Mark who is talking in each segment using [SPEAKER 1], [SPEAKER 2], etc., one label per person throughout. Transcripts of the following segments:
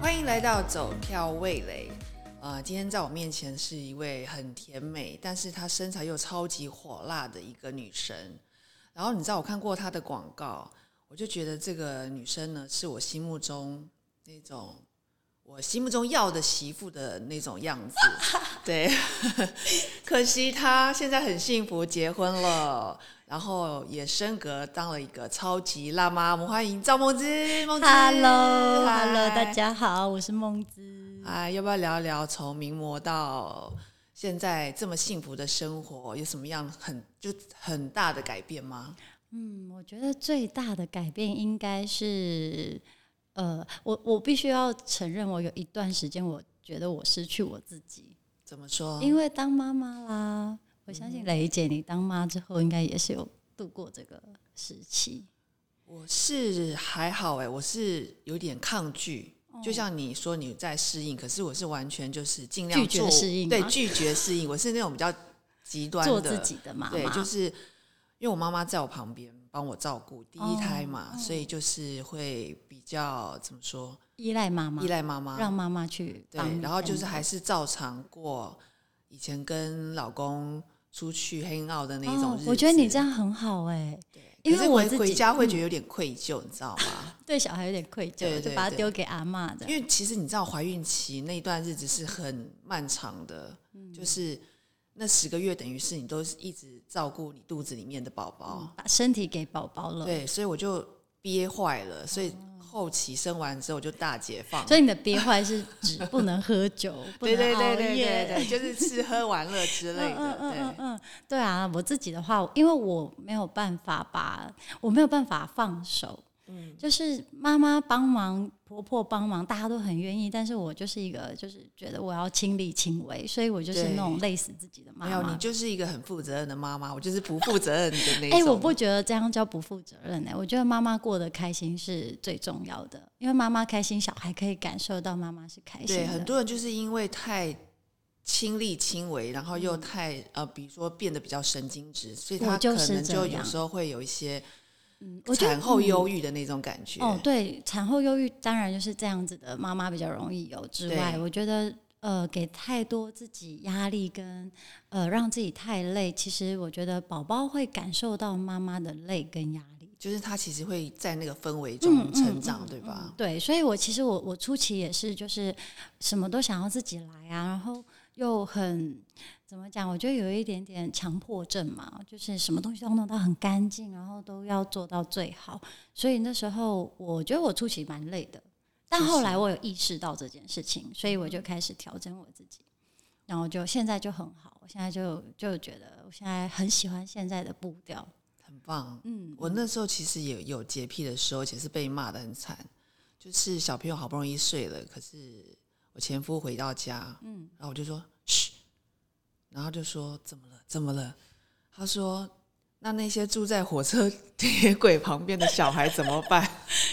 [SPEAKER 1] 欢迎来到走跳味蕾。呃，今天在我面前是一位很甜美，但是她身材又超级火辣的一个女生。然后你知道我看过她的广告，我就觉得这个女生呢，是我心目中那种我心目中要的媳妇的那种样子。对，可惜她现在很幸福，结婚了。然后也升格当了一个超级辣妈，我们欢迎赵梦之，梦之
[SPEAKER 2] Hello，Hello，
[SPEAKER 1] 嗨
[SPEAKER 2] 大家好，我是梦之。
[SPEAKER 1] 哎，要不要聊一聊从名模到现在这么幸福的生活，有什么样很就很大的改变吗？
[SPEAKER 2] 嗯，我觉得最大的改变应该是，呃，我我必须要承认，我有一段时间我觉得我失去我自己，
[SPEAKER 1] 怎么说？
[SPEAKER 2] 因为当妈妈啦，我相信蕾姐你当妈之后应该也是有度过这个时期。
[SPEAKER 1] 我是还好哎、我是有点抗拒。
[SPEAKER 2] 哦
[SPEAKER 1] 就像你说你在适应，可是我是完全就是尽量
[SPEAKER 2] 拒绝
[SPEAKER 1] 做
[SPEAKER 2] 适应
[SPEAKER 1] 对
[SPEAKER 2] 吗
[SPEAKER 1] 拒绝适应。我是那种比较极端的，
[SPEAKER 2] 做自己的妈妈，
[SPEAKER 1] 嗯对，就是因为我妈妈在我旁边帮我照顾第一胎
[SPEAKER 2] 哦
[SPEAKER 1] 嘛，所以就是会比较怎么说
[SPEAKER 2] 依赖妈妈
[SPEAKER 1] 依，赖妈妈，
[SPEAKER 2] 让妈妈去帮
[SPEAKER 1] 对，
[SPEAKER 2] 你
[SPEAKER 1] 然后就是
[SPEAKER 2] 工
[SPEAKER 1] 还是照常过以前跟老公出去黑澳的那一种
[SPEAKER 2] 哦
[SPEAKER 1] 日子。
[SPEAKER 2] 我觉得你这，样很好哎、因
[SPEAKER 1] 可
[SPEAKER 2] 为
[SPEAKER 1] 是
[SPEAKER 2] 我
[SPEAKER 1] 回
[SPEAKER 2] 自己嗯
[SPEAKER 1] 回家会觉得有点愧疚，你知道 吗？
[SPEAKER 2] 对小孩有点愧疚，
[SPEAKER 1] 对对
[SPEAKER 2] 就把他
[SPEAKER 1] 对
[SPEAKER 2] 丢给阿嬷的
[SPEAKER 1] 因。为其实你知道，怀孕期那一段日子是很漫长的，
[SPEAKER 2] 嗯
[SPEAKER 1] 就是那十个月等于是你都是一直照顾你肚子里面的宝宝，
[SPEAKER 2] 把身体给宝宝了。
[SPEAKER 1] 哦对，所以我就憋坏了，所以后期生完之后就大解放。
[SPEAKER 2] 哦所以你的憋坏是指不能喝 酒，不
[SPEAKER 1] 对
[SPEAKER 2] 能
[SPEAKER 1] 对
[SPEAKER 2] 熬
[SPEAKER 1] 对对对
[SPEAKER 2] 夜。
[SPEAKER 1] 对，就是吃喝玩乐之
[SPEAKER 2] 嗯
[SPEAKER 1] 类
[SPEAKER 2] 嗯
[SPEAKER 1] 的，
[SPEAKER 2] 嗯
[SPEAKER 1] 对
[SPEAKER 2] 嗯。嗯，对啊，我自己的话，因为我没有办法把，我没有办法放手，嗯，就是妈妈帮忙，婆婆帮忙，大家都很愿意，但是我就是一个，就是觉得我要亲力亲为，所以我就是
[SPEAKER 1] 对
[SPEAKER 2] 那种累死自己的妈
[SPEAKER 1] 没有，你
[SPEAKER 2] 妈。
[SPEAKER 1] 就是一个很负责任的妈妈，我就是不负责任的那种。
[SPEAKER 2] 哎、我不觉得这样叫不负责任哎呢、我觉得妈妈过得开心是最重要的，因为妈妈开心，小孩可以感受到妈妈是开心的。
[SPEAKER 1] 对，很多人就是因为太亲力亲为，然后又太、呃，比如说变得比较神经质，所以
[SPEAKER 2] 嗯我
[SPEAKER 1] 他可
[SPEAKER 2] 就是
[SPEAKER 1] 能
[SPEAKER 2] 这
[SPEAKER 1] 就有
[SPEAKER 2] 样
[SPEAKER 1] 时候会有一些
[SPEAKER 2] 嗯我觉得
[SPEAKER 1] 产后
[SPEAKER 2] 嗯
[SPEAKER 1] 忧郁的那种感觉。
[SPEAKER 2] 哦，对，产后忧郁当然就是这样子的，妈妈比较容易有。之外，
[SPEAKER 1] 对
[SPEAKER 2] 我觉得呃，给太多自己压力跟呃让自己太累，其实我觉得宝宝会感受到妈妈的累跟压力。
[SPEAKER 1] 就是他其实会在那个氛围中成长，对
[SPEAKER 2] 嗯
[SPEAKER 1] 吧？
[SPEAKER 2] 对，所以我其实我我初期也是，就是什么都想要自己来啊，然后又很怎么讲？我觉得有一点点强迫症嘛，就是什么东西都要弄到很干净，然后都要做到最好。所以那时候我觉得我初期蛮累的，但
[SPEAKER 1] 是是
[SPEAKER 2] 后来我有意识到这件事情，所以我就开始调整我自己，然后就现在就很好，我现在就就觉得我现在很喜欢现在的步调，
[SPEAKER 1] 很棒。
[SPEAKER 2] 嗯，
[SPEAKER 1] 我那时候其实也有洁癖的时候，而且是被骂的很惨。就是小朋友好不容易睡了，可是我前夫回到家，嗯，然后我就说嘘，然后就说怎么了？怎么了？他说那那些住在火车 铁轨旁边的小孩怎么 办？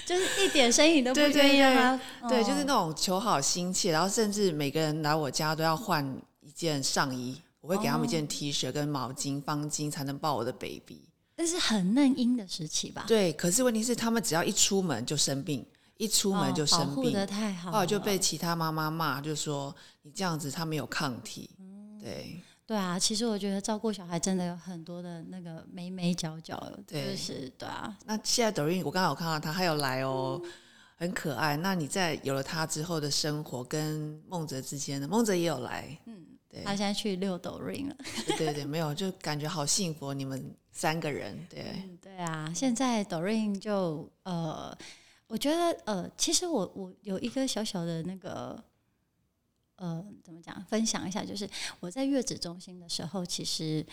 [SPEAKER 2] 就是一点声音都不
[SPEAKER 1] 对对
[SPEAKER 2] 愿意让他，
[SPEAKER 1] 对，
[SPEAKER 2] 嗯
[SPEAKER 1] 就是那种求好心切，然后甚至每个人来我家都要换一件上衣，我会给他们一
[SPEAKER 2] 哦
[SPEAKER 1] 件 T 恤跟毛巾、方巾才能抱我的 baby。
[SPEAKER 2] 那是很嫩婴的时期吧？
[SPEAKER 1] 对，可是问题是他们只要一出门就生病，一出门就
[SPEAKER 2] 哦、
[SPEAKER 1] 生
[SPEAKER 2] 保护
[SPEAKER 1] 病，
[SPEAKER 2] 的太好
[SPEAKER 1] 后
[SPEAKER 2] 了，
[SPEAKER 1] 来就被其他妈妈骂，就说你这样子他没有抗体。
[SPEAKER 2] 嗯
[SPEAKER 1] 对
[SPEAKER 2] 对啊。其实我觉得照顾小孩真的有很多的那个眉眉角角，就
[SPEAKER 1] 对
[SPEAKER 2] 是对啊，
[SPEAKER 1] 那现在抖音我刚好有看到他，他有来哦，
[SPEAKER 2] 嗯
[SPEAKER 1] 很可爱。那你在有了他之后的生活跟梦泽之间呢？梦泽也有来，
[SPEAKER 2] 嗯
[SPEAKER 1] 对
[SPEAKER 2] 他现在去遛抖 ring 了。
[SPEAKER 1] 对对对，没有，就感觉好幸福哦，你们三个人。对，
[SPEAKER 2] 嗯，对啊，现在抖 ring 就呃，我觉得呃，其实我我有一个小小的那个。呃，怎么讲？分享一下，就是我在月子中心的时候，其实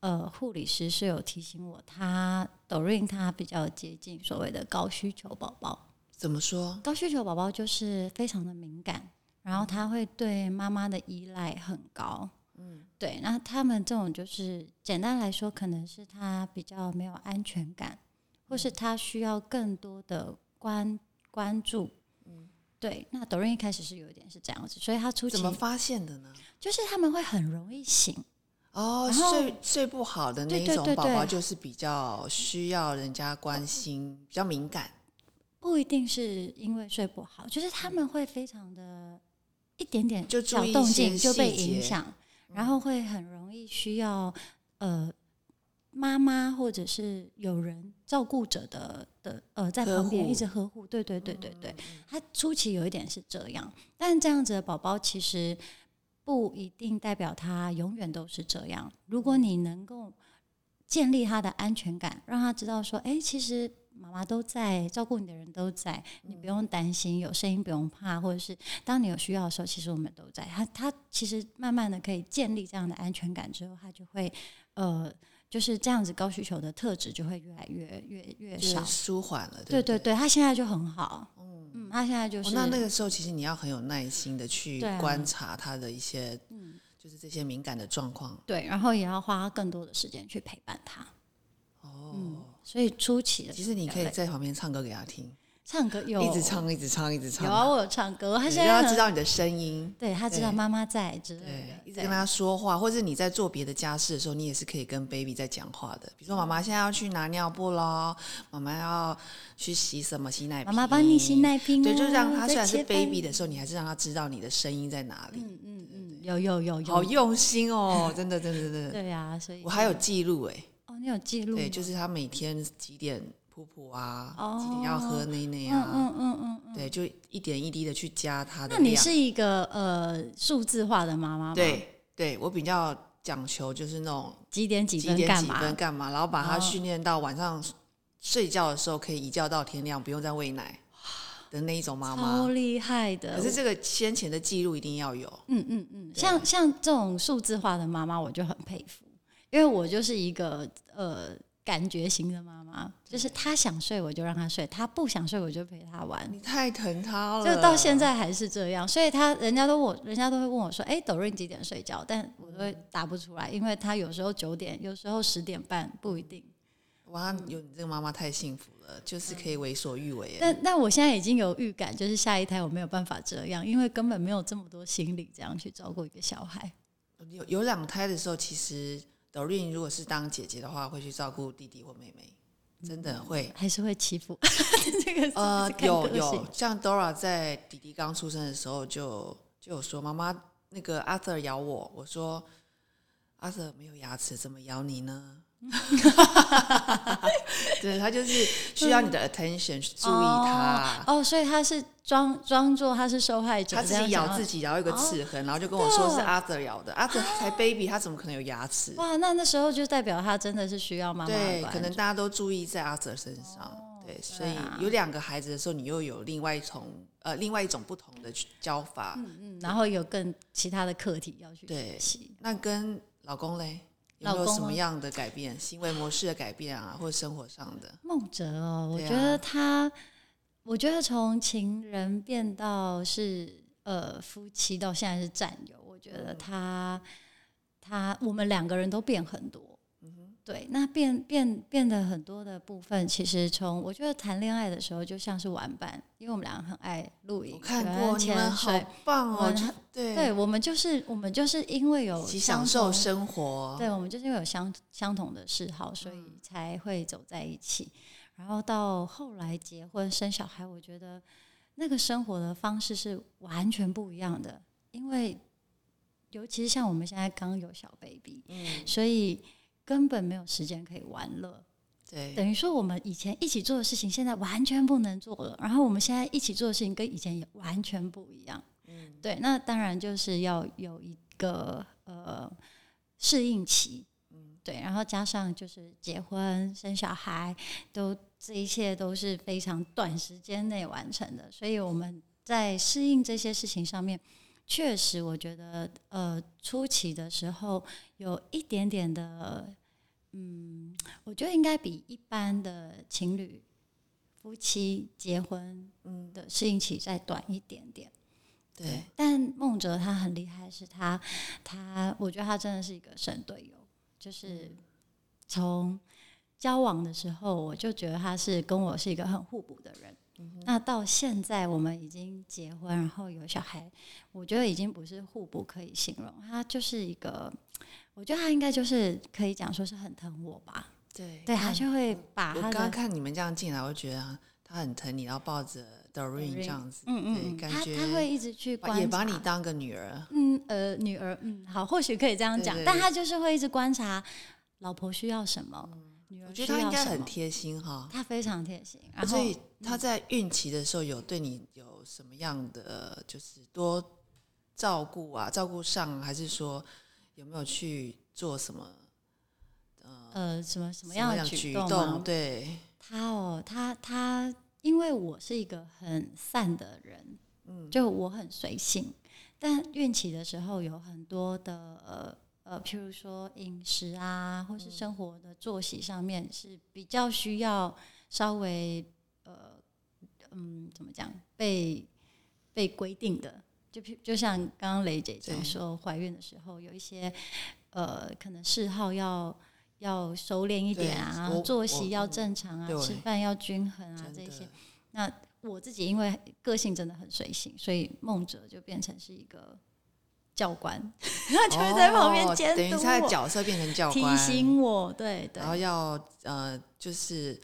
[SPEAKER 2] 呃，护理师是有提醒我，他抖 ring 他比较接近所谓的高需求宝宝，
[SPEAKER 1] 怎么说？
[SPEAKER 2] 高需求宝宝就是非常的敏感，然
[SPEAKER 1] 嗯
[SPEAKER 2] 后他会对妈妈的依赖很高。嗯，对。那他们这种就是简单来说，可能是他比较没有安全感，或
[SPEAKER 1] 嗯
[SPEAKER 2] 是他需要更多的关关注。对，那抖音一开始是有一点是这样子，所以他初期
[SPEAKER 1] 嗯怎么发现的呢？
[SPEAKER 2] 就是他们会很容易醒，
[SPEAKER 1] 哦，
[SPEAKER 2] 然后
[SPEAKER 1] 睡睡不好的那
[SPEAKER 2] 对
[SPEAKER 1] 一
[SPEAKER 2] 对
[SPEAKER 1] 种
[SPEAKER 2] 对
[SPEAKER 1] 宝宝
[SPEAKER 2] 对
[SPEAKER 1] 就是比较需要人家关心，比较敏感。
[SPEAKER 2] 不一定是因为睡不好，就是他们会非常的一点点
[SPEAKER 1] 嗯就注
[SPEAKER 2] 小
[SPEAKER 1] 意一
[SPEAKER 2] 动
[SPEAKER 1] 些
[SPEAKER 2] 静就被
[SPEAKER 1] 细节嗯
[SPEAKER 2] 影响，然后会很容易需要呃妈妈或者是有人照顾者的的呃在
[SPEAKER 1] 呵
[SPEAKER 2] 旁边
[SPEAKER 1] 护嗯
[SPEAKER 2] 一直呵护。对对对对对，他初期有一点是这样，但这样子的宝宝其实不一定代表他永远都是这样。如果你能够建立他的安全感，让他知道说，哎、其实妈妈都在，照顾你的人都在，
[SPEAKER 1] 嗯
[SPEAKER 2] 你不用担心，有声音不用怕，或者是当你有需要的时候，其实我们都在。他他其实慢慢的可以建立这样的安全感之后，他就会呃，就是这样子高需求的特质就会越来越越越
[SPEAKER 1] 就是
[SPEAKER 2] 少。
[SPEAKER 1] 舒缓了，
[SPEAKER 2] 对
[SPEAKER 1] 不对
[SPEAKER 2] 对对，他现在就很好。嗯他现在就是、
[SPEAKER 1] 哦那那个时候，其实你要很有耐心的去
[SPEAKER 2] 对啊嗯
[SPEAKER 1] 观察他的一些，就是这些敏感的状况。
[SPEAKER 2] 对，然后也要花更多的时间去陪伴他。嗯
[SPEAKER 1] 哦，
[SPEAKER 2] 所以初期的
[SPEAKER 1] 其实你可以
[SPEAKER 2] 比较累
[SPEAKER 1] 在旁边唱歌给他听，
[SPEAKER 2] 唱歌有
[SPEAKER 1] 一直唱，一直唱，一直唱，
[SPEAKER 2] 有啊，我有唱歌，他
[SPEAKER 1] 对
[SPEAKER 2] 现
[SPEAKER 1] 让
[SPEAKER 2] 在
[SPEAKER 1] 他知
[SPEAKER 2] 很
[SPEAKER 1] 道你的声音。
[SPEAKER 2] 对他知
[SPEAKER 1] 对
[SPEAKER 2] 道妈妈在之类
[SPEAKER 1] 对
[SPEAKER 2] 的，，
[SPEAKER 1] 一直跟他说话，或者你在做别的家事的时候，你也是可以跟 baby 在讲话的。比如说，妈妈
[SPEAKER 2] 嗯
[SPEAKER 1] 现在要去拿尿布喽，妈妈要去洗什么洗奶
[SPEAKER 2] 对
[SPEAKER 1] 瓶，
[SPEAKER 2] 妈妈帮你洗奶瓶、哦，
[SPEAKER 1] 对，就让他
[SPEAKER 2] 在
[SPEAKER 1] 虽然是
[SPEAKER 2] 切饭
[SPEAKER 1] baby 的时候，你还是让他知道你的声音在哪里。
[SPEAKER 2] 嗯嗯嗯，有有有有，
[SPEAKER 1] 好用心哦，真的，真的，真的。
[SPEAKER 2] 对啊，所以
[SPEAKER 1] 我还有记录哎，
[SPEAKER 2] 哦，你有记录吗，
[SPEAKER 1] 对，就是他每天几点噗噗啊，
[SPEAKER 2] 哦
[SPEAKER 1] 几点要喝奶奶
[SPEAKER 2] 嗯
[SPEAKER 1] 啊，
[SPEAKER 2] 嗯嗯嗯嗯。
[SPEAKER 1] 对，就一点一滴的去加他的
[SPEAKER 2] 那
[SPEAKER 1] 量。
[SPEAKER 2] 你是一个呃数字化的妈妈吗？，
[SPEAKER 1] 对对，我比较讲求就是那种
[SPEAKER 2] 几点几
[SPEAKER 1] 几
[SPEAKER 2] 分
[SPEAKER 1] 点
[SPEAKER 2] 干
[SPEAKER 1] 几
[SPEAKER 2] 嘛？
[SPEAKER 1] 分干嘛，然后把他
[SPEAKER 2] 哦
[SPEAKER 1] 训练到晚上睡觉的时候可以一觉到天亮，不用再喂奶的那一种妈
[SPEAKER 2] 超
[SPEAKER 1] 妈。
[SPEAKER 2] 厉害的。
[SPEAKER 1] 可是这个先前的记录一定要有，
[SPEAKER 2] 嗯嗯嗯，
[SPEAKER 1] 对
[SPEAKER 2] 像像这种数字化的妈妈，我就很佩服，因为我就是一个呃感觉型的妈妈，就是她想睡我就让她睡，她不想睡我就陪她玩。
[SPEAKER 1] 你太疼他了。
[SPEAKER 2] 就到现在还是这样，所以她人家都我人家都会问我说：“哎、抖瑞你几点睡觉？”但我都会答不出来，因为她有时候九点，有时候十点半，不一定。
[SPEAKER 1] 哇，有你这个妈妈太幸福了，就是可以为所欲为耶。
[SPEAKER 2] 但但我现在已经有预感，就是下一胎我没有办法这样，因为根本没有这么多心力这样去照顾一个小孩。
[SPEAKER 1] 有有两胎的时候，其实 Doreen 如果是当姐姐的话，会去照顾弟弟或妹妹，真的会。
[SPEAKER 2] 还是会欺负。 这个是
[SPEAKER 1] 呃
[SPEAKER 2] 嗯 是，看
[SPEAKER 1] 有
[SPEAKER 2] 个性
[SPEAKER 1] 有，像 Dora 在弟弟刚出生的时候就就有说，妈妈那个 Arthur 咬我，我说 Arthur 没有牙齿，怎么咬你呢？ 对他就是需要你的 attention 去注意他，
[SPEAKER 2] 嗯哦，所以他是装装作他是受害者，
[SPEAKER 1] 他自
[SPEAKER 2] 这
[SPEAKER 1] 己咬
[SPEAKER 2] 样想
[SPEAKER 1] 自
[SPEAKER 2] 要。
[SPEAKER 1] 己，然后有个
[SPEAKER 2] 哦
[SPEAKER 1] 齿痕，然后就跟我说
[SPEAKER 2] 真
[SPEAKER 1] 是
[SPEAKER 2] 的
[SPEAKER 1] Arthur 咬的，Arthur 才 baby，他怎么可能有牙齿？
[SPEAKER 2] 哇，那那时候就代表他真的是需要妈妈的
[SPEAKER 1] 对，
[SPEAKER 2] 关
[SPEAKER 1] 可能
[SPEAKER 2] 注
[SPEAKER 1] 大家都注意在阿哲身上，对，所以
[SPEAKER 2] 啊
[SPEAKER 1] 有两个孩子的时候，你又有另外一种呃另外一种不同的去教法，
[SPEAKER 2] 嗯然后有更其他的课题要去
[SPEAKER 1] 对
[SPEAKER 2] 学习。
[SPEAKER 1] 那跟老公嘞有
[SPEAKER 2] 老
[SPEAKER 1] 没有
[SPEAKER 2] 公
[SPEAKER 1] 什么
[SPEAKER 2] 吗
[SPEAKER 1] 样的改变？行为模式的改变啊，或者生活上的？
[SPEAKER 2] 孟哲哦，我
[SPEAKER 1] 对
[SPEAKER 2] 觉
[SPEAKER 1] 啊
[SPEAKER 2] 得他，我觉得从情人变到是呃夫妻，到现在是战友，我觉
[SPEAKER 1] 嗯
[SPEAKER 2] 得他、他我们两个人都变很多。
[SPEAKER 1] 嗯
[SPEAKER 2] 对，那变变变得很多的部分，其实从我觉得谈恋爱的时候就像是玩伴，因为我们俩很爱露营，
[SPEAKER 1] 我看
[SPEAKER 2] 喜欢
[SPEAKER 1] 过你们
[SPEAKER 2] 潜
[SPEAKER 1] 好
[SPEAKER 2] 水，
[SPEAKER 1] 棒
[SPEAKER 2] 我
[SPEAKER 1] 哦，
[SPEAKER 2] 们
[SPEAKER 1] 就
[SPEAKER 2] 很对
[SPEAKER 1] 对，
[SPEAKER 2] 我们就是我们就是因为有
[SPEAKER 1] 一起
[SPEAKER 2] 相
[SPEAKER 1] 享受
[SPEAKER 2] 同
[SPEAKER 1] 生活，
[SPEAKER 2] 对，我们就是因为有相相同的嗜好，所以才会走在一起。然后到后来结婚生小孩，我觉得那个生活的方式是完全不一样的，因为尤其是像我们现在刚有小 baby，、
[SPEAKER 1] 嗯，
[SPEAKER 2] 所以根本没有时间可以玩乐。
[SPEAKER 1] 对，
[SPEAKER 2] 等于说我们以前一起做的事情，现在完全不能做了。然后我们现在一起做的事情跟以前也完全不一样。
[SPEAKER 1] 嗯，
[SPEAKER 2] 对，那当然就是要有一个呃适应期，
[SPEAKER 1] 嗯
[SPEAKER 2] 对，然后加上就是结婚、生小孩，都这一切都是非常短时间内完成的，所以我们在适应这些事情上面，确实我觉得呃初期的时候有一点点的，嗯，我觉得应该比一般的情侣、夫妻结婚
[SPEAKER 1] 嗯，
[SPEAKER 2] 的适应期再短一点点。
[SPEAKER 1] 对，
[SPEAKER 2] 但孟哲他很厉害，是他他，我觉得他真的是一个神队友。就是从交往的时候，我就觉得他是跟我是一个很互补的人。那到现在我们已经结婚，然后有小孩，我觉得已经不是互补可以形容，他就是一个，我觉得他应该就是可以讲说是很疼我吧。
[SPEAKER 1] 对，
[SPEAKER 2] 对他
[SPEAKER 1] 看
[SPEAKER 2] 就会把
[SPEAKER 1] 我
[SPEAKER 2] 他
[SPEAKER 1] 刚刚
[SPEAKER 2] 的
[SPEAKER 1] 看你们这样进来，我就觉得啊他他很疼你，然后抱着 Doreen
[SPEAKER 2] Doreen
[SPEAKER 1] 这样子，
[SPEAKER 2] 嗯
[SPEAKER 1] 对
[SPEAKER 2] 嗯，嗯
[SPEAKER 1] 感
[SPEAKER 2] 他
[SPEAKER 1] 觉
[SPEAKER 2] 他会一直去
[SPEAKER 1] 把也
[SPEAKER 2] 观
[SPEAKER 1] 把
[SPEAKER 2] 察，
[SPEAKER 1] 你当个女儿，
[SPEAKER 2] 嗯呃女儿，嗯好，或许可以这样
[SPEAKER 1] 对
[SPEAKER 2] 讲
[SPEAKER 1] 对，
[SPEAKER 2] 但
[SPEAKER 1] 对
[SPEAKER 2] 他就是会一直观察老婆需要什么，女
[SPEAKER 1] 嗯我
[SPEAKER 2] 儿
[SPEAKER 1] 觉
[SPEAKER 2] 需
[SPEAKER 1] 得他应
[SPEAKER 2] 要
[SPEAKER 1] 该
[SPEAKER 2] 什
[SPEAKER 1] 很
[SPEAKER 2] 么，
[SPEAKER 1] 贴心哈。
[SPEAKER 2] 他非常贴心，然后嗯
[SPEAKER 1] 所以他在孕期的时候有对你有什么样的就是多照顾啊，照顾上，还是说有没有去做什么
[SPEAKER 2] 呃什么什
[SPEAKER 1] 什
[SPEAKER 2] 么样的
[SPEAKER 1] 的举
[SPEAKER 2] 动啊
[SPEAKER 1] 对，
[SPEAKER 2] 他哦，他他，因为我是一个很散的人，嗯，就我很随性，但孕期的时候有很多的呃呃，譬如说饮食啊，或是生活的作息上面是比较需要稍微呃嗯怎么讲被被规定的。就譬就像刚刚雷姐讲
[SPEAKER 1] 对
[SPEAKER 2] 说，怀孕的时候有一些呃，可能嗜好要要收敛一点啊
[SPEAKER 1] 对我，
[SPEAKER 2] 作
[SPEAKER 1] 我
[SPEAKER 2] 息要
[SPEAKER 1] 嗯
[SPEAKER 2] 正常啊
[SPEAKER 1] 对，
[SPEAKER 2] 吃饭要均衡啊，这
[SPEAKER 1] 真
[SPEAKER 2] 些
[SPEAKER 1] 的。
[SPEAKER 2] 我自己因为个性真的很随性，所以梦哲就变成是一个教官， 他就会在旁边
[SPEAKER 1] 哦
[SPEAKER 2] 监
[SPEAKER 1] 等于
[SPEAKER 2] 督
[SPEAKER 1] 他的
[SPEAKER 2] 我、
[SPEAKER 1] 角色变成教
[SPEAKER 2] 提
[SPEAKER 1] 官，
[SPEAKER 2] 醒我，对对
[SPEAKER 1] 然。后要呃就是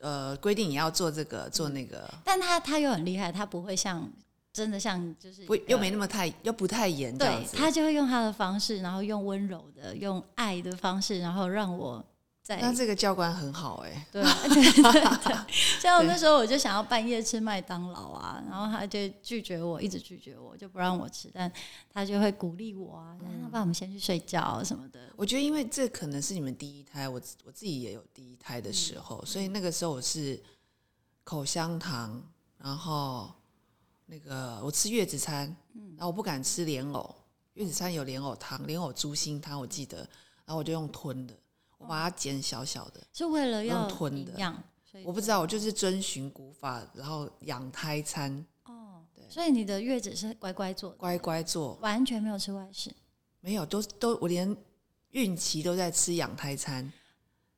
[SPEAKER 1] 呃规定你要做这个
[SPEAKER 2] 嗯
[SPEAKER 1] 做那个，
[SPEAKER 2] 但他他又很厉害，他不会像真的像就是
[SPEAKER 1] 不
[SPEAKER 2] 一个
[SPEAKER 1] 又没那么太又不太严这样
[SPEAKER 2] 对
[SPEAKER 1] 子，
[SPEAKER 2] 他就会用他的方式，然后用温柔的、用爱的方式，然后让我在
[SPEAKER 1] 那这个教官很好哎、
[SPEAKER 2] 对 对对对，像我那时候我就想要半夜吃麦当劳啊，然后他就拒绝我，一直拒绝我，就不让我吃，但他就会鼓励我啊，然后要不然我们先去睡觉啊什么的。
[SPEAKER 1] 我觉得，因为这可能是你们第一胎，我自我自己也有第一胎
[SPEAKER 2] 嗯
[SPEAKER 1] 的时候，所以那个时候我是口香糖，然后那个我吃月子餐，
[SPEAKER 2] 嗯
[SPEAKER 1] 然后我不敢吃莲藕，月子餐有莲藕汤、莲藕猪心汤，我记得，然后我就用吞的，我把它剪小小的，
[SPEAKER 2] 是为了要
[SPEAKER 1] 用吞的
[SPEAKER 2] 营养，所以
[SPEAKER 1] 我不知道，我就是遵循古法，然后养胎餐，
[SPEAKER 2] 哦，所以你的月子是乖乖做的，
[SPEAKER 1] 乖乖做，
[SPEAKER 2] 完全没有吃外食。
[SPEAKER 1] 没有，都都我连孕期都在吃养胎餐，